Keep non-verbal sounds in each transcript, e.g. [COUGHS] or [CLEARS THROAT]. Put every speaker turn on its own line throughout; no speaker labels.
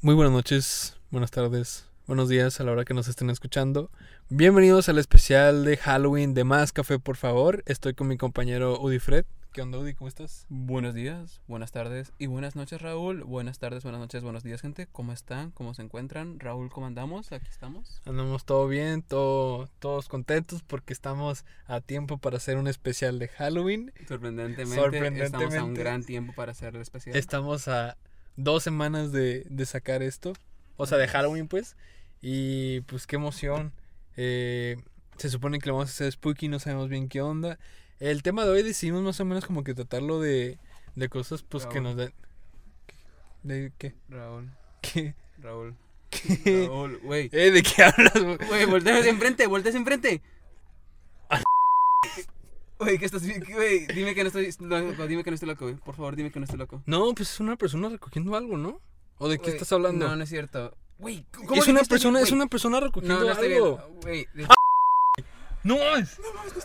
Muy buenas noches, buenas tardes, buenos días a la hora que nos estén escuchando. Bienvenidos al especial de Halloween de Más Café, por favor. Estoy con mi compañero Udi Fred. ¿Qué onda, Udi? ¿Cómo estás?
Buenos días, buenas tardes y buenas noches, Raúl. Buenas tardes, buenas noches, buenos días, gente. ¿Cómo están? ¿Cómo se encuentran? Raúl, ¿cómo andamos? Aquí estamos.
Andamos todo bien, todo, todos contentos porque estamos a tiempo para hacer un especial de Halloween.
Sorprendentemente, estamos a un
Sorprendentemente.
gran tiempo para hacer el especial.
Estamos a dos semanas de, de sacar esto, o sea, de Halloween, pues. Y pues qué emoción. Eh, se supone que lo vamos a hacer spooky, no sabemos bien qué onda. El tema de hoy decidimos más o menos como que tratarlo de, de cosas pues que
Bravo.
nos den... ¿De qué?
Raúl,
¿Qué? [LAUGHS]
Raúl,
¿Qué?
Raúl, güey.
Eh, ¿De qué hablas? güey?
Güey, voltea hacia enfrente, voltea hacia enfrente.
Ah.
Güey, que estás bien, güey. Dime que no estoy loco, dime que no estoy loco, güey. Por favor, dime que no estoy loco.
No, pues es una persona recogiendo algo, ¿no? ¿O de qué
Güey,
estás hablando?
No, no es cierto. Güey, ¿cómo
es
que no
una
estoy
persona,
bien?
es
Güey,
una persona recogiendo
No, no estoy bien.
algo.
Güey, de-
No mames.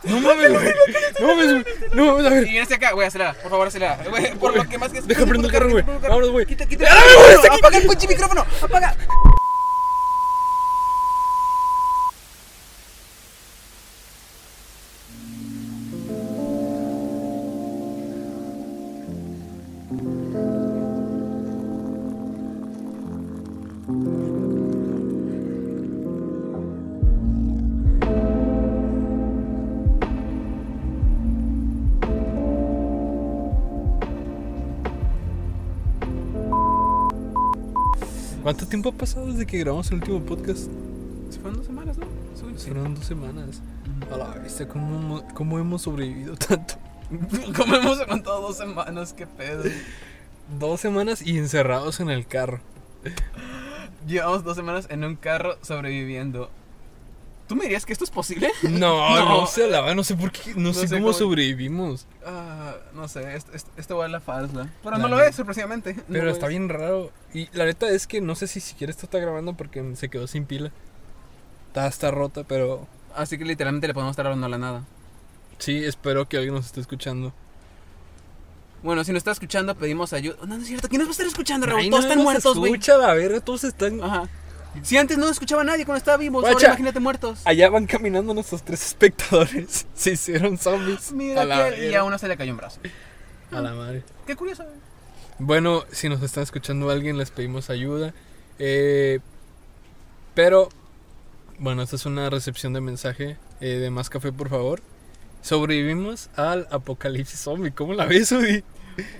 No mames, güey. No mames, güey. No mames, a ver.
Y vienes acá, güey, hacela, por favor, hacela. Güey, por lo que más que
Deja prender el carro, güey.
Quita,
Vámonos, güey.
Quita, quita.
¡Ah, güey, está aquí!
Apaga el pinche micrófono, apaga.
¿Cuánto tiempo ha pasado desde que grabamos el último podcast?
Se fueron dos semanas, ¿no? Según yo, sí.
Fueron dos semanas. A la bestia, ¿cómo, hemos- cómo hemos sobrevivido [LAUGHS] tanto?
[LAUGHS] ¿Cómo hemos aguantado dos semanas? ¿Qué pedo?
Dos semanas y encerrados en el carro.
Llevamos dos semanas en un carro sobreviviendo. ¿Tú me dirías que esto es posible? [LAUGHS]
No, no,
No.
se alaba, no sé por qué, no,
No
sé,
sé
cómo,
cómo-
sobrevivimos.
Ah, no sé, esto, esto, esto va a la falsa. Pero
La
no lo
neta.
es, sorpresivamente. No
Pero
lo
está
es.
bien raro. Y la neta es que no sé si siquiera esto está grabando porque se quedó sin pila. Está, está rota, pero
Así que literalmente le podemos estar hablando a la nada.
sí, espero que alguien nos esté escuchando.
Bueno, si nos está escuchando, pedimos ayuda. No, no es cierto. ¿Quién nos va a estar escuchando, Raúl?
Ay,
Todos
no
están
nos
muertos, güey. Ah.
Escucha, la verga, todos están.
Ajá. Si antes no escuchaba a nadie cuando estaba vivo, ahora
Guacha.
imagínate muertos.
Allá van caminando nuestros tres espectadores. [LAUGHS] Se hicieron zombies.
Mira
a la
que- y
verga.
a uno se le cayó un brazo.
A la madre.
Qué curioso. ¿eh?
Bueno, si nos está escuchando alguien, les pedimos ayuda. Eh, pero, bueno, esta es una recepción de mensaje eh, de más café, por favor. Sobrevivimos al apocalipsis zombie. ¿Cómo la ves, Udi?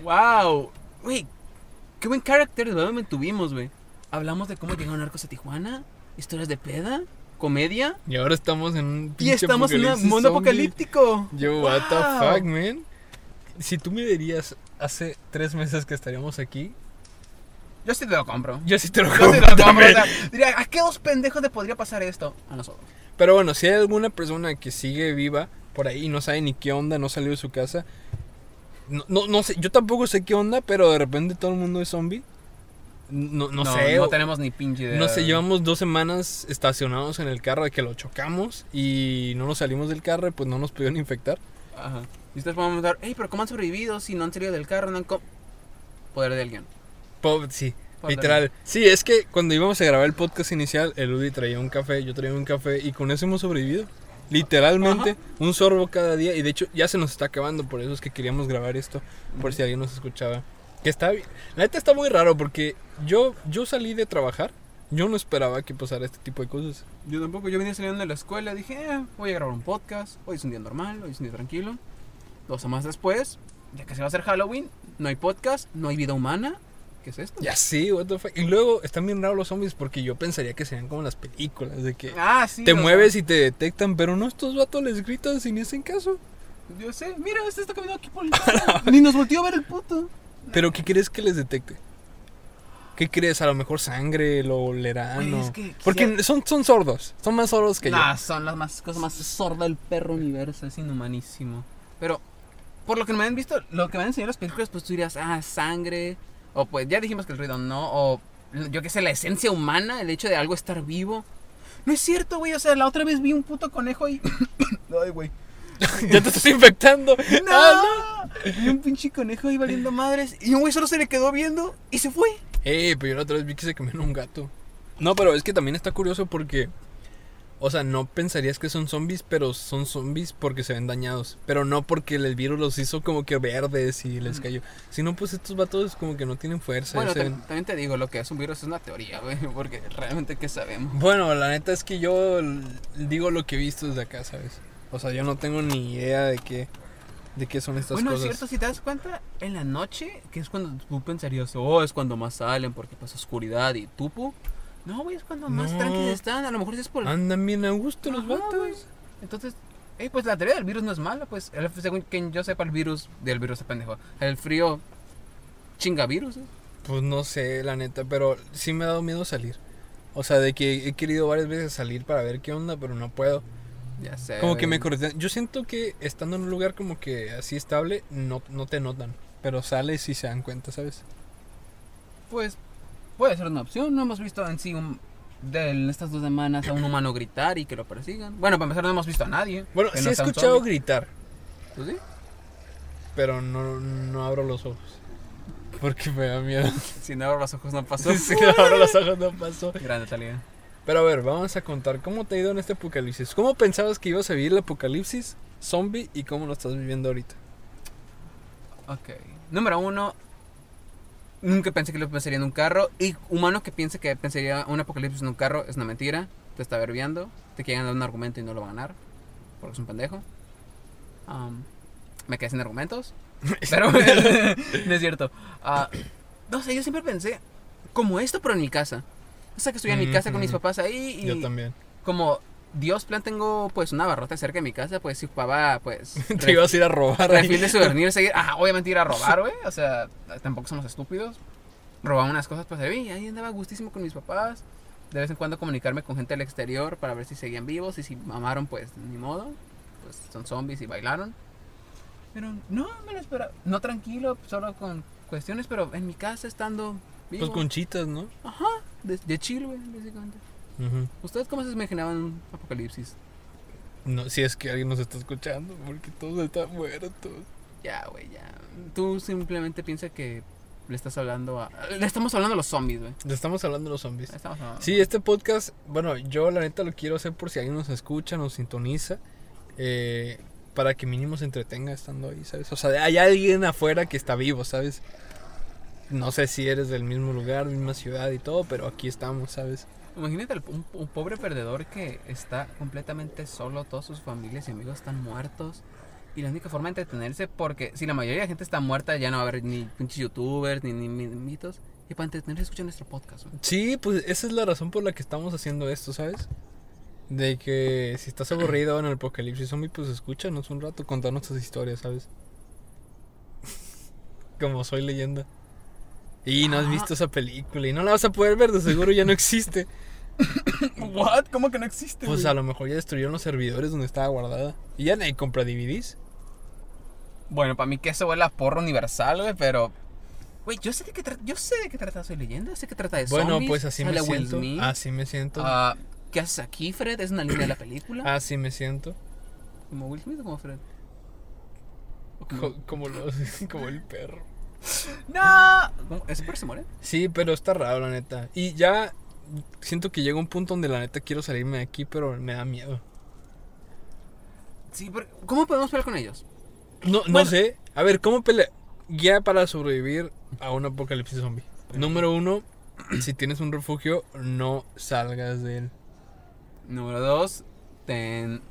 Wow. Güey, qué buen character development tuvimos, güey. Hablamos de cómo llegaron narcos a Tijuana, historias de peda, comedia
Y ahora estamos en un
y estamos en un
apocalipsis
mundo
zombie.
apocalíptico.
Yo, what the
Wow.
fuck, man. Si tú me dirías hace tres meses que estaríamos aquí,
Yo sí te lo compro.
yo sí te lo [LAUGHS]
Yo sí
juro.
te lo compro. o sea, diría, ¿a qué dos pendejos le podría pasar esto? A nosotros.
Pero bueno, si hay alguna persona que sigue viva por ahí y no sabe ni qué onda, no salió de su casa, no, no, no sé, yo tampoco sé qué onda, pero de repente todo el mundo es zombie. No, no, sé,
No
o-
tenemos ni pinche idea.
no sé, llevamos dos semanas estacionados en el carro de que lo chocamos y no nos salimos del carro y pues no nos pudieron infectar.
Ajá. Y ustedes pueden preguntar, hey, pero ¿cómo han sobrevivido si no han salido del carro? No han co-?" Poder de alguien.
Po- sí,
Poder de
literal. Sí, es que cuando íbamos a grabar el podcast inicial, el Udi traía un café, yo traía un café y con eso hemos sobrevivido. Literalmente, un sorbo cada día y de hecho ya se nos está acabando, por eso es que queríamos grabar esto, por si alguien nos escuchaba. Que está bi- La neta está muy raro porque yo, yo salí de trabajar, yo no esperaba que pasara este tipo de cosas.
Yo tampoco, yo venía saliendo de la escuela, dije, "Eh, voy a grabar un podcast, hoy es un día normal, hoy es un día tranquilo. Dos semanas después, ya que se va a hacer Halloween, no hay podcast, no hay vida humana. ¿Qué es esto?
Ya sí, what the fuck. Y luego están bien raros los zombies porque yo pensaría que serían como en las películas, de que
Ah, sí.
te
o sea,
mueves y te detectan, pero no, estos vatos les gritan sin ese caso.
Yo sé, mira, este está caminando aquí por [LAUGHS] el carro. Ni nos volteó a ver el puto.
¿Pero qué crees que les detecte? ¿Qué crees? A lo mejor sangre, lo olerán.
Güey, es
o-
que quisiera-
Porque son, son sordos. Son más sordos que
Nah, son las más, cosas más sordas del perro universo, es inhumanísimo. Pero, por lo que me han visto, lo que me han enseñado las películas, pues tú dirías, ah, sangre, o pues ya dijimos que el ruido no, o yo qué sé, la esencia humana, el hecho de algo estar vivo. No es cierto, güey, o sea, la otra vez vi un puto conejo y... [COUGHS] Ay, güey.
yo. [LAUGHS] ya te estás
[LAUGHS]
infectando. Ah,
¡No! Vi un pinche conejo ahí valiendo madres y un güey solo se le quedó viendo y se fue.
no. Eh, pero yo la otra vez vi que se comió un gato. No, pero es que también está curioso porque. O sea, no pensarías que son zombies, pero son zombies porque se ven dañados. Pero no porque el virus los hizo como que verdes y les
Mm.
cayó. Sino, pues estos vatos como que no tienen fuerza. y
bueno,
se
tam-
ven-
también te digo, lo que es un virus es una teoría, güey, porque realmente qué sabemos.
Bueno, la neta es que yo l- digo lo que he visto desde acá, ¿sabes? O sea, yo no tengo ni idea de qué, de qué son estas
bueno,
cosas.
es cierto, si te das cuenta, en la noche, que es cuando tú pensarías, oh, es cuando más salen porque pasa oscuridad y tupo. No, güey, es cuando más
No. Ah,
tranquilos están, a lo mejor sí es por...
Andan bien a gusto los
pues. Ajá, güey.
vatos.
Entonces, eh, pues la teoría del virus no es mala, pues el- según quien yo sepa el virus, del virus se pendejo, el frío chinga virus. ¿eh?
Pues no sé, la neta, pero sí me ha dado miedo salir. O sea, de que he querido varias veces salir para ver qué onda, pero no puedo.
Ya sé.
Como que me
güey.
corretean. Yo siento que estando en un lugar como que así estable, no, no te notan. Pero sales y se dan cuenta, ¿sabes?
Pues puede ser una opción. No hemos visto en sí un- de en estas dos semanas a un humano gritar y que lo persigan. Bueno, para empezar no hemos visto a nadie.
Bueno,
que
sí
no
he
sea un
escuchado
zombie.
gritar,
Pues sí,
pero no, no abro los ojos. Porque me da miedo.
Si no abro los ojos
[LAUGHS]
no pasó.
si no abro los ojos no pasó.
Grande Talía.
Pero a ver, vamos a contar cómo te ha ido en este apocalipsis. ¿Cómo pensabas que ibas a vivir el apocalipsis zombie y cómo lo estás viviendo ahorita?
Ok. Número uno. Nunca pensé que lo pensaría en un carro. Y humano que piense que pensaría un apocalipsis en un carro es una mentira. Te está verbiando. Te quieren dar un argumento y no lo va a ganar. Porque es un pendejo. Am, me quedé sin
[LAUGHS]
argumentos. Pero [LAUGHS] no es cierto. Ah, no sé, yo siempre pensé como esto, pero en mi casa. O sea, que estoy en mi casa con mis
Ujú.
papás ahí. Y
Mm, Yo también. [LAUGHS]
como Dios plan, tengo pues una barrota cerca de mi casa. Pues si ocupaba, pues.
[LAUGHS] Te ibas a ir a [LAUGHS] robar ahí.
Refil de souvenirs, seguir. Ajá, obviamente ir a robar, güey. O sea, tampoco somos estúpidos. Robaba unas cosas, pues ahí, ahí andaba gustísimo con mis papás. De vez en cuando comunicarme con gente del exterior para ver si seguían vivos y si mamaron, pues ni modo. Pues son zombies y bailaron. Pero no, me lo esperaba. No tranquilo, solo con cuestiones, pero en mi casa estando vivo.
Pues conchitas, ¿no?
de, de chill, güey, básicamente.
Ujú.
¿Ustedes cómo se imaginaban un apocalipsis?
No, si es que alguien nos está escuchando, porque todos están muertos.
Ya, güey, ya. Tú simplemente piensa que le estás hablando a. Le estamos hablando a los zombies, güey.
Le estamos hablando de los zombies.
Estamos hablando.
Sí, este podcast, bueno, yo la neta lo quiero hacer por si alguien nos escucha, nos sintoniza, eh, para que mínimo se entretenga estando ahí, ¿sabes? O sea, hay alguien afuera que está vivo, ¿sabes? No sé si eres del mismo lugar, misma ciudad y todo, pero aquí estamos, ¿sabes?
Imagínate al- un, un pobre perdedor que está completamente solo, todas sus familias y amigos están muertos. Y la única forma de entretenerse, porque si la mayoría de la gente está muerta, ya no va a haber ni pinches youtubers, ni, ni, ni mitos. Y para entretenerse, escucha nuestro podcast, güey.
Sí, pues esa es la razón por la que estamos haciendo esto, ¿sabes? De que si estás aburrido en el apocalipsis zombie, pues escúchanos un rato, contarnos tus historias, ¿sabes? [LAUGHS] Como soy leyenda. Y no has
Ah.
visto esa película y no la vas a poder ver, de seguro
[LAUGHS]
ya no existe.
¿What? ¿Cómo que no existe?
Pues a lo mejor ya destruyeron los servidores donde estaba guardada. Y ya nadie compra DVDs.
Bueno, para mí que eso huele a porro universal, güey, pero. Güey, yo sé de qué trata. Yo sé de qué trata Soy Leyenda, sé que trata de
Bueno,
zombies,
pues así me
sale Will
siento.
Smith.
Así me siento.
Ah, ¿Qué haces aquí, Fred? Es una línea de la película.
Así me siento.
¿Como Will Smith o como Fred? ¿O como-
Co- Como, los- [LAUGHS] como el perro.
¡No! ¿Ese perro se muere?
Sí, pero está raro, la neta. Y ya siento que llega un punto donde la neta quiero salirme de aquí, pero me da miedo.
Sí, pero ¿cómo podemos pelear con ellos?
No, no
Bueno.
sé. A ver, ¿cómo pelea? Guía para sobrevivir a un apocalipsis zombie. Número uno, [CLEARS THROAT] si tienes un refugio, no salgas de él.
Número dos, ten...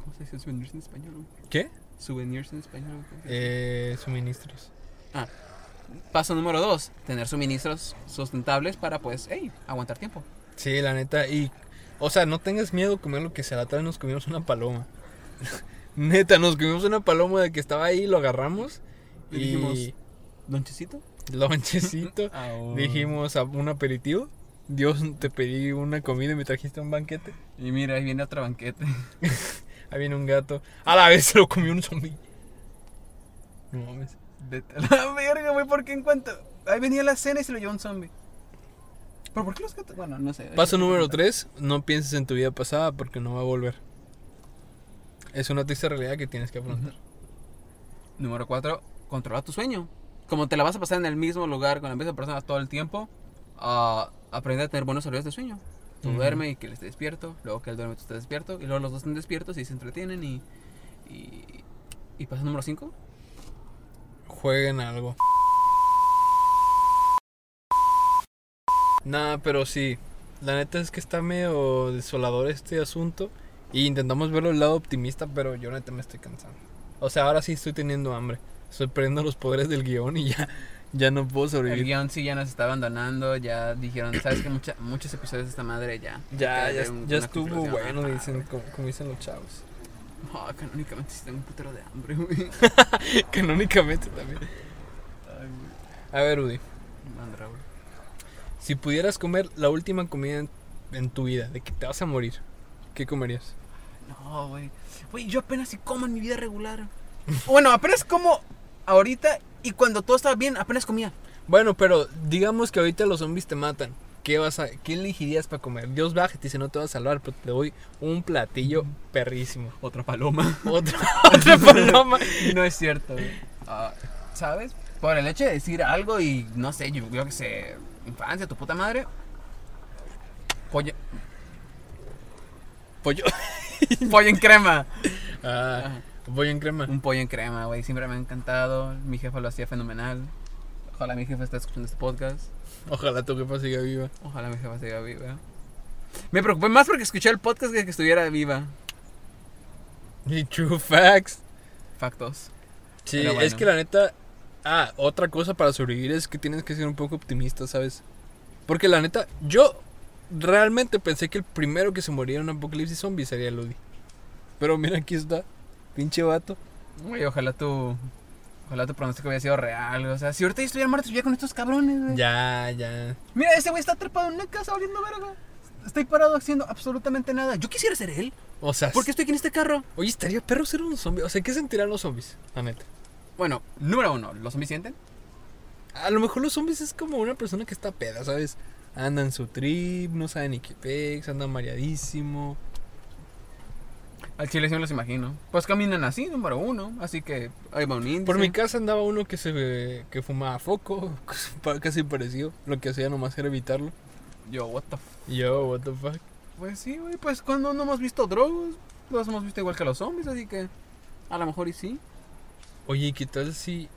¿Cómo se dice souvenirs en español? güey?
¿Qué?
Souvenirs en español. güey.
Eh, suministros.
Paso número dos, tener suministros sustentables para, pues, hey, aguantar tiempo.
Sí, la neta. Y, o sea, no tengas miedo de comer lo que sea. La otra vez nos comimos una paloma. [LAUGHS] neta, nos comimos una paloma de que estaba ahí, lo agarramos.
Y
Y,
dijimos, ¿Lonchecito?
[LAUGHS] lonchecito.
Au.
Dijimos a un aperitivo. Dios, te pedí una comida y me trajiste un banquete.
Y mira, ahí viene otro banquete.
Ahí viene un gato. A la vez se lo comió un zombie. No mames.
[LAUGHS] Vete a la verga, güey, porque en cuanto... Ahí venía la cena y se lo llevó un zombie. ¿Pero por qué los gatos? Bueno, no sé.
Paso número 3. No pienses en tu vida pasada porque no va a volver. Es una triste realidad que tienes que afrontar.
Número cuatro, controla tu sueño. como te la vas a pasar en el mismo lugar con la misma persona todo el tiempo, ah, aprende a tener buenos horarios de sueño. Tú
Ujú.
duerme y que él esté despierto, luego que él duerme tú estés despierto, y luego los dos están despiertos y se entretienen y... ¿Y, y paso número 5?
Jueguen algo. Nah, pero sí. La neta es que está medio desolador este asunto. Y intentamos verlo el lado optimista, pero yo neta me estoy cansando. O sea, ahora sí estoy teniendo hambre. Estoy perdiendo los poderes del guión y ya, ya no puedo
El
sobrevivir.
guión sí ya nos está abandonando, ya dijeron, sabes que mucha- muchos episodios de esta madre ya.
Ya, ya,
hay un-
ya
una
estuvo
conclusión.
bueno,
Ajá.
dicen, como, como dicen los chavos. [LAUGHS]
Ah, canónicamente sí tengo un putero de hambre, güey.
Canónicamente también. A ver, Udi.
Manda, Raúl.
Si pudieras comer la última comida en, en tu vida, de que te vas a morir, ¿qué comerías?
No, güey. Güey, yo apenas si como en mi vida regular. bueno, apenas como ahorita y cuando todo estaba bien, apenas comía.
Bueno, pero digamos que ahorita los zombies te matan. ¿Qué vas a, qué elegirías para comer? Dios baja y te dice no te va a salvar, pero te doy un platillo perrísimo.
Otra paloma.
Otra, [LAUGHS]
[LAUGHS]
otra paloma.
no es cierto, güey. Ah, ¿Sabes? Por el hecho de decir algo y no sé, yo, yo que sé, infancia, tu puta madre. Pollo,
Pollo.
[LAUGHS] pollo en crema.
Ah, pollo en crema.
Un pollo en crema, güey. Siempre me ha encantado. Mi jefa lo hacía fenomenal. Ojalá mi jefa esté escuchando este podcast.
Ojalá tu jefa siga viva.
Ojalá mi jefa siga viva. Me preocupé más porque escuché el podcast que que estuviera viva.
Y true facts.
Factos.
Sí,
Pero
es
bueno.
que la neta. Ah, otra cosa para sobrevivir es que tienes que ser un poco optimista, ¿sabes? Porque la neta, yo realmente pensé que el primero que se moría en un apocalipsis zombie sería Ludi. Pero mira, aquí está, pinche vato.
Güey, ojalá tu. Ojalá tu pronóstico hubiera sido real. O sea, si ahorita yo estuviera muerto, estuviera con estos cabrones, güey.
Ya, ya.
Mira, ese güey está atrapado en una casa oliendo verga. Estoy parado haciendo absolutamente nada. Yo quisiera ser él.
O sea,
¿Por qué estoy aquí en este carro?
oye, estaría perro ser un zombie. O sea, ¿qué sentirán los zombies? La neta.
Bueno, número uno, ¿los zombies sienten?
A lo mejor los zombies es como una persona que está peda, ¿sabes? Anda en su trip, no sabe ni qué pex, anda mareadísimo.
Al chile sí me los imagino. Pues caminan así, número uno. Así que. Ahí va un índice.
Por mi casa andaba uno que se que fumaba foco, [LAUGHS] pa- casi parecido. Lo que hacía nomás era evitarlo.
Yo, what the f.
Y yo, what the fuck.
Pues sí, güey, pues cuando no hemos visto drogas, los hemos visto igual que los zombies, así que a lo mejor y sí.
Oye, ¿y ¿qué tal si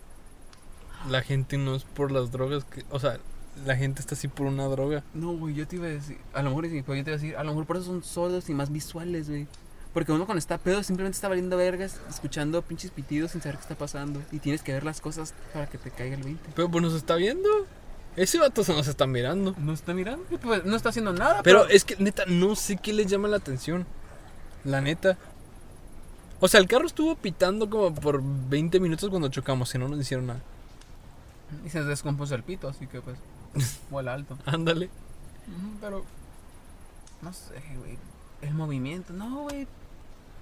la gente no es por las drogas? Que, o sea, la gente está así por una droga.
No, güey, yo te iba a decir, a lo mejor y sí, pero yo te iba a decir, a lo mejor por eso son sordos y más visuales, güey. Porque uno cuando está pedo simplemente está valiendo vergas, escuchando pinches pitidos sin saber qué está pasando. Y tienes que ver las cosas para que te caiga el 20.
Pero pues nos está viendo. Ese vato se nos está mirando.
No está mirando, pues no está haciendo nada,
Pero es que neta, no sé qué les llama la atención. La neta. O sea, el carro estuvo pitando como por 20 minutos cuando chocamos, y no nos hicieron nada. [LAUGHS]
Y se descompuso el pito, así que pues, vuela alto.
Ándale.
Ujú, Pero. No sé, güey. El movimiento. No, güey.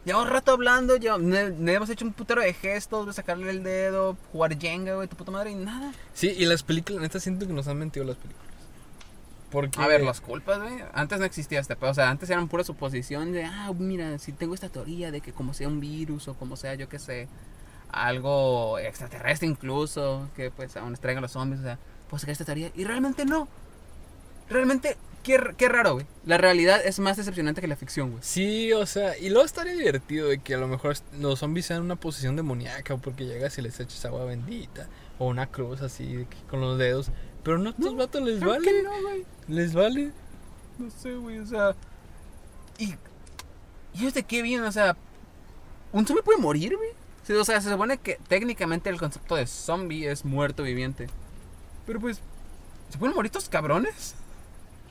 Llevamos rato hablando, ya ne- ne hemos hecho un putero de gestos, güey, sacarle el dedo, jugar Jenga, güey, tu puta madre, y nada.
Sí, y las películas, neta siento que nos han mentido las películas. Porque
A ver, las culpas, güey. Antes no existía este pedo. O sea, antes eran pura suposición de, ah, mira, si tengo esta teoría de que como sea un virus o como sea, yo qué sé, algo extraterrestre incluso, que pues aún traigan los zombies, o sea, pues sacar esta teoría. Y realmente no. Realmente, qué, r- qué raro, güey. La realidad es más decepcionante que la ficción, güey.
Sí, o sea, y luego estaría divertido de que a lo mejor los zombies sean una posición demoníaca porque llegas y les echas agua bendita o una cruz así de que con los dedos, pero no a estos
No,
vatos les
Creo
vale,
que Pues no, güey.
les vale.
No sé, güey, o sea. ¿Y, ¿y ellos de qué bien? O sea, ¿un zombie puede morir, güey? Sí, o sea, se supone que técnicamente el concepto de zombie es muerto viviente. Pero pues, ¿se pueden morir estos cabrones?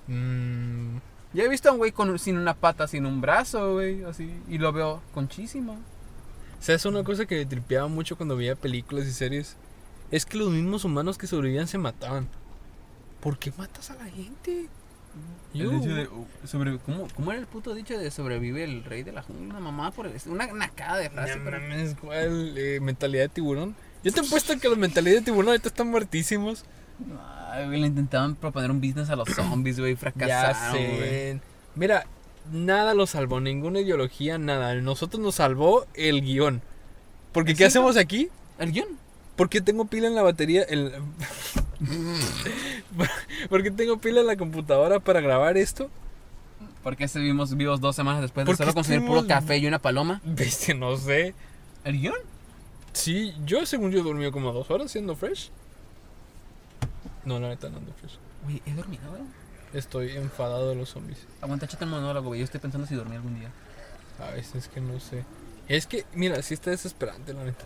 Mm,
Ya he visto a un güey con, sin una pata, sin un brazo, güey, así. Y lo veo conchísimo.
o sea, es una cosa que me tripeaba mucho cuando veía películas y series, es que los mismos humanos que sobrevivían se mataban. ¿Por qué matas a la gente? Yo-
uh, ¿cómo, ¿Cómo era el puto dicho de sobrevive el rey de la jungla? Una mamá por el- Una nacada de frase,
No
pero...
mames, ¿cuál? Eh, mentalidad de tiburón. Yo te apuesto que la mentalidad de tiburón ahorita están muertísimos.
Ay, güey, le intentaban proponer un business a los zombies, güey, fracasaron, güey.
Mira, nada lo salvó, ninguna ideología, nada. Nosotros nos salvó el guión. Porque ¿qué
Sí,
hacemos aquí?
El guión.
¿Por qué tengo pila en la batería? El... [LAUGHS] ¿Por qué tengo pila en la computadora para grabar esto?
¿Por qué seguimos vivos dos semanas después de
Porque
solo conseguir puro
estuvimos-
café y una paloma?
Viste, no sé.
¿El guión?
Sí, yo según yo he dormido como dos horas siendo fresh. No, la neta no ando fresh.
Güey, ¿he dormido, güey?
Estoy enfadado de los zombies.
Aguanta, échate el monólogo, güey. Yo estoy pensando si dormí algún día.
A veces es que no sé. Es que, mira, sí está desesperante, la neta.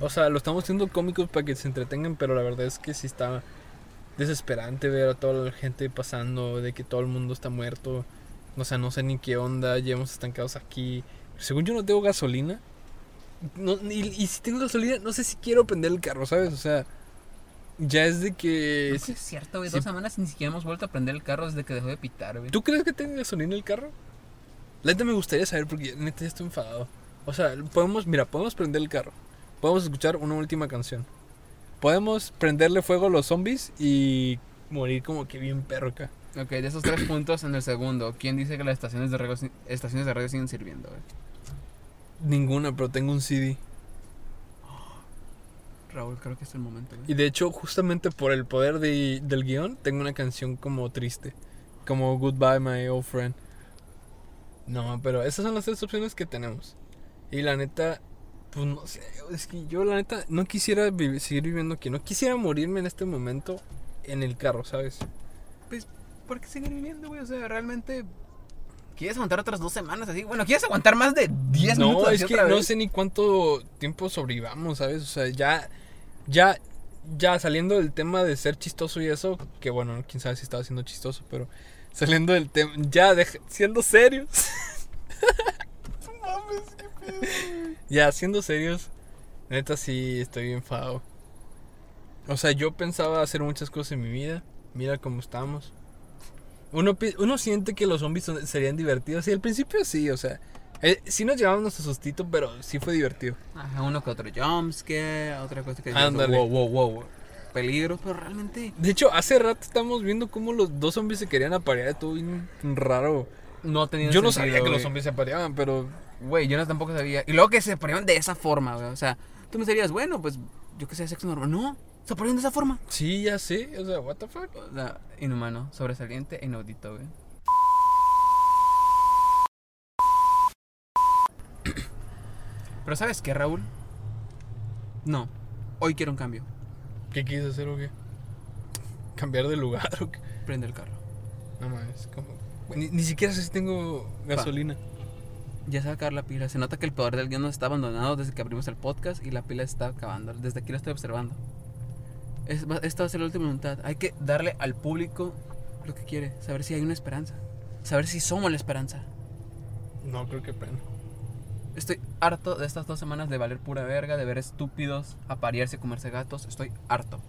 O sea, lo estamos haciendo cómicos para que se entretengan, pero la verdad es que sí está desesperante ver a toda la gente pasando, de que todo el mundo está muerto. O sea, no sé ni qué onda, llevamos estancados aquí. Según yo no tengo gasolina. No, y, y si tengo gasolina, no sé si quiero prender el carro, ¿sabes? O sea, ya es de que...
Es, es cierto, güey.
sí.
Dos semanas ni siquiera hemos vuelto a prender el carro desde que dejó de pitar, güey.
¿Tú crees que tenga gasolina el carro? La neta me gustaría saber porque neta ya estoy enfadado. O sea, podemos, mira, podemos prender el carro. Podemos escuchar una última canción. Podemos prenderle fuego a los zombies y morir como que bien perro acá.
Ok, de esos tres puntos en el segundo, ¿quién dice que las estaciones de radio, si- estaciones de radio siguen sirviendo, güey?
Ninguna, pero tengo un CD.
Raúl, creo que es el momento,
Y
güey.
de hecho, justamente por el poder de- del guión, tengo una canción como triste. Como Goodbye, my old friend. No, pero esas son las tres opciones que tenemos. Y la neta, pues no sé, es que yo la neta no quisiera vivi- seguir viviendo aquí. No quisiera morirme en este momento en el carro, ¿sabes?
¿Por qué seguir viviendo, güey? O sea, realmente... ¿Quieres aguantar otras dos semanas así? Bueno, ¿quieres aguantar más de 10
no,
minutos así
es que
otra
no
vez?
sé ni cuánto tiempo sobrevivamos, ¿sabes? O sea, ya, ya, ya saliendo del tema de ser chistoso y eso, que bueno, quién sabe si estaba siendo chistoso, pero saliendo del tema, ya deja- siendo
[LAUGHS]
serios. ya, siendo serios, neta sí estoy bien enfadado. O sea, yo pensaba hacer muchas cosas en mi vida, mira cómo estamos. Uno, pi- uno siente que los zombies son- serían divertidos y al principio sí, o sea, eh, sí nos llevamos nuestro sustito, pero sí fue divertido.
Ajá, uno que otro jumpscare, otra cosa que... dices,
Ándale.
Wow, wow, wow, wow. Peligro, pero realmente...
De hecho, hace rato estamos viendo cómo los dos zombies se querían aparear, estuvo bien raro.
No tenía
Yo no
sentido,
sabía que
güey.
los zombies se apareaban, pero
Güey, yo no tampoco sabía. Y luego que se ponían de esa forma, güey. O sea, tú me dirías, bueno, pues yo que sé, sexo normal. No, se ponían de esa forma.
sí, ya sé, o sea, what the fuck.
O sea, inhumano, sobresaliente e inaudito, güey. Pero ¿sabes qué, Raúl? No, hoy quiero un cambio.
¿Qué quieres hacer o qué? ¿Cambiar de lugar o qué?
Prende el carro.
No mames, como... Ni, ni siquiera sé si tengo gasolina.
Ya se va a acabar la pila. Se nota que el poder del guión nos está abandonado desde que abrimos el podcast y la pila está acabando. Desde aquí la estoy observando. Es- va- esta va a ser la última voluntad. Hay que darle al público lo que quiere. Saber si hay una esperanza. Saber si somos la esperanza.
No, creo que prendo.
Estoy harto de estas dos semanas de valer pura verga, de ver estúpidos, aparearse, comerse gatos. Estoy harto.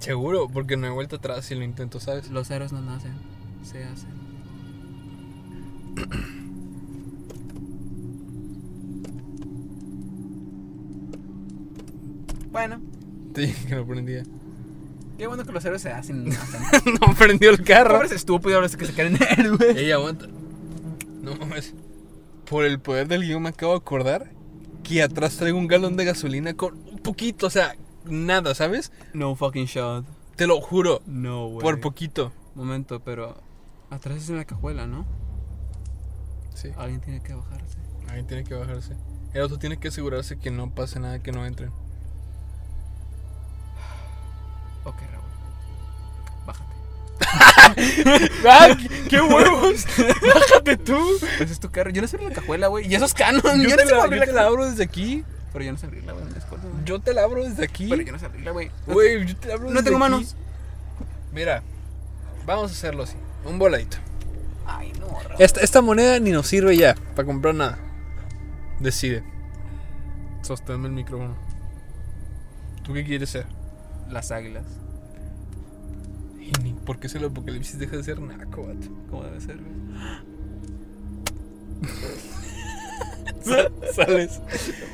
Seguro, porque no he vuelto atrás si lo intento, ¿sabes?
Pues Los héroes no nacen, se hacen. Bueno,
Te dije que no prendía. [LAUGHS]
Qué bueno que los héroes se hacen. no [LAUGHS] hacen.
no prendió el carro.
Pobres estúpidos los que se creen [LAUGHS] héroes.
Ey, aguanta. No mames. Por el poder del guión me acabo de acordar que atrás traigo un galón de gasolina con un poquito, o sea, nada, ¿sabes?
Eh, No fucking shot.
Te lo juro,
No, güey.
por poquito.
Momento, pero atrás es una cajuela, ¿no?
Sí,
Alguien tiene que bajarse.
ahí tiene que bajarse. El otro tiene que asegurarse que no pase nada, que no entren.
Ok, Raúl. Bájate. [LAUGHS]
¡Ah! ¡Qué, huevos!
[LAUGHS]
¡Bájate tú!
Pues es tu carro. Yo no sé abrir la cajuela, güey. Y esos canos.
Yo,
Yo,
te,
no sé
la,
abrir
yo
la
te la
cajuela.
abro desde aquí.
Pero yo no sé abrirla, güey. en la escuela, güey.
Yo te la abro desde aquí.
Pero yo no sé abrirla, güey.
Güey, yo te la abro
No
desde
tengo
aquí.
manos.
Mira, vamos a hacerlo así. Un voladito.
Ay, no, Raúl.
Esta, esta moneda ni nos sirve ya para comprar nada. Decide. Sosténme el micrófono. ¿Tú qué quieres ser?
Las águilas.
¿Por qué se lo apocalipsis deja de ser naco, vato?
¿Cómo debe ser, güey?
[LAUGHS] Sales.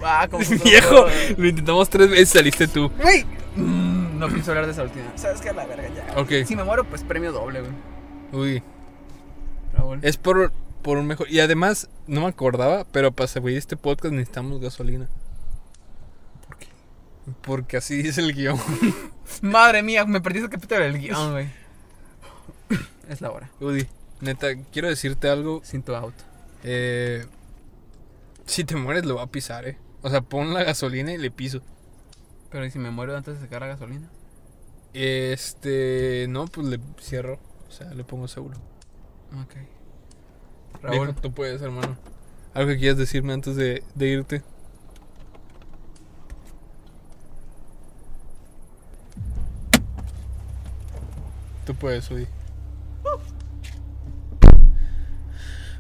Ah, [LAUGHS] como
[LAUGHS] Viejo, lo intentamos tres veces, saliste tú.
Güey. Mm, no pienso hablar de esa última. ¿Sabes qué? A La verga ya.
Ok.
Si me muero, pues premio doble, güey.
Uy,
Raúl.
es por, por un mejor. Y además, no me acordaba, pero para seguir este podcast necesitamos gasolina.
¿Por qué?
Porque así dice el guión.
Madre mía, me perdí el capítulo del [LAUGHS] guión, güey. Es la hora.
Udi, neta, quiero decirte algo.
Sin tu auto.
eh, si te mueres, lo va a pisar, ¿eh? O sea, pon la gasolina y le piso.
Pero ¿y si me muero antes de sacar la gasolina?
Este. No, pues le cierro. O sea, le pongo seguro.
Ok. Raúl,
Viejo, tú puedes, hermano. ¿Algo que quieras decirme antes de, de irte? Tú puedes, Udi.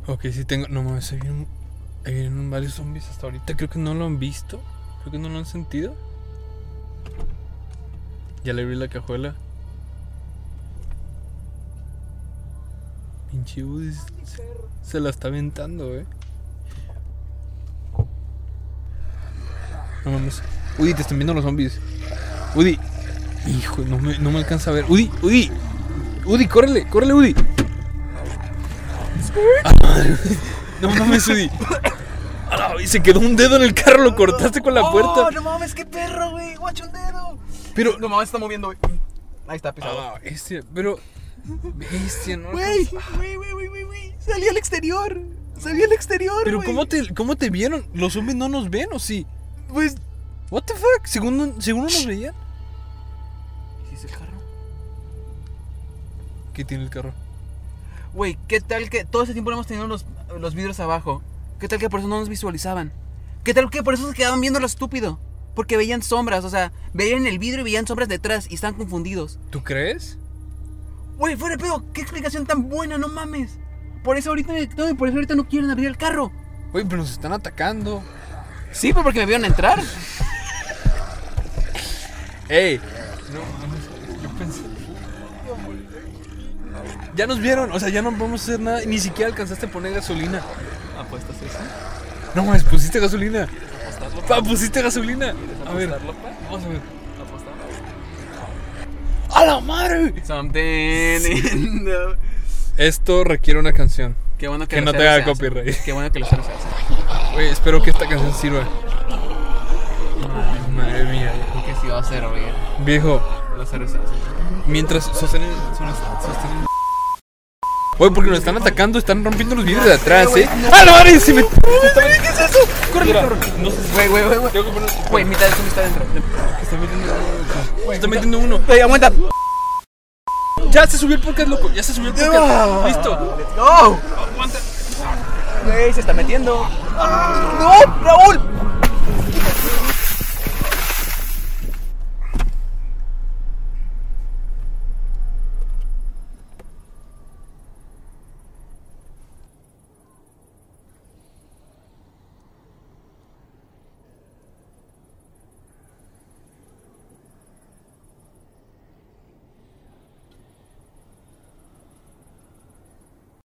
Ok, sí tengo... No mames, ahí vienen, ahí vienen varios zombies hasta ahorita. Creo que no lo han visto. Creo que no lo han sentido. Ya le abrí la cajuela. Pinche Udi se- se la está aventando, eh. No mames. Udi, te están viendo los zombies. Udi. Hijo, no me, no me alcanza a ver. Udi, Udi. Udi, córrele, córrele, Udi. Ah, madre. No mames, Udi. A la vez, Se quedó un dedo en el carro, lo cortaste con la puerta.
¡Oh, no mames, qué perro, güey! ¡Guacho un dedo!
Pero.
No mames, está moviendo, güey. Ahí está, pisado.
Ah, bestia, pero. Bestia, no.
Güey, güey, güey, güey, güey, güey. Salí al exterior. Salí al exterior,
Pero
güey.
¿cómo te, ¿cómo te vieron? ¿Los zombies no nos ven o sí?
Pues...
What the fuck? ¿Según, no- según no nos veían?
¿Y si es el carro?
¿Qué tiene el carro?
Güey, ¿qué tal que todo ese tiempo lo hemos tenido los, los vidrios abajo? ¿Qué tal que por eso no nos visualizaban? ¿Qué tal que por eso se quedaban viendo lo estúpido? Porque veían sombras, o sea, veían el vidrio y veían sombras detrás y están confundidos.
¿Tú crees?
Güey, fuera de pedo, qué explicación tan buena, no mames. Por eso ahorita me- no, por eso ahorita no quieren abrir el carro.
Oye, pero nos están atacando.
Sí, pues porque me vieron entrar.
¡Ey! No mames, yo pensé. Ya nos vieron, o sea, ya no podemos hacer nada. Ni siquiera alcanzaste a poner gasolina.
¿Apuestas eso?
No mames, pusiste gasolina. Pa, pusiste gasolina. A ver, vamos a ver. ¡A la madre!
Something in the-
Esto requiere una canción.
Qué bueno que,
Que no
los
te
héroes
haga
se hacen.
copyright.
Qué bueno que los héroes se hacen.
Güey, espero que esta canción sirva. Madre mía.
Creo que sí va a ser, güey.
Viejo,
Los héroes se hacen.
mientras sostienen. sostienen... Oye, porque nos están atacando, están rompiendo los vidrios de atrás, ¿eh? ¡Ah, la madre! Se me...
¿Qué es eso? Corre,
Mira,
corre.
No sé si-
Güey, güey, güey, güey.
Tengo que poner.
Güey, mitad de zombie está dentro.
Está metiendo uno. Está metiendo uno.
Güey, aguanta.
Ya se subió el podcast, loco. Ya se subió el podcast. Listo.
¡No!
Aguanta.
Güey, se está metiendo. ¡No! ¡Raúl!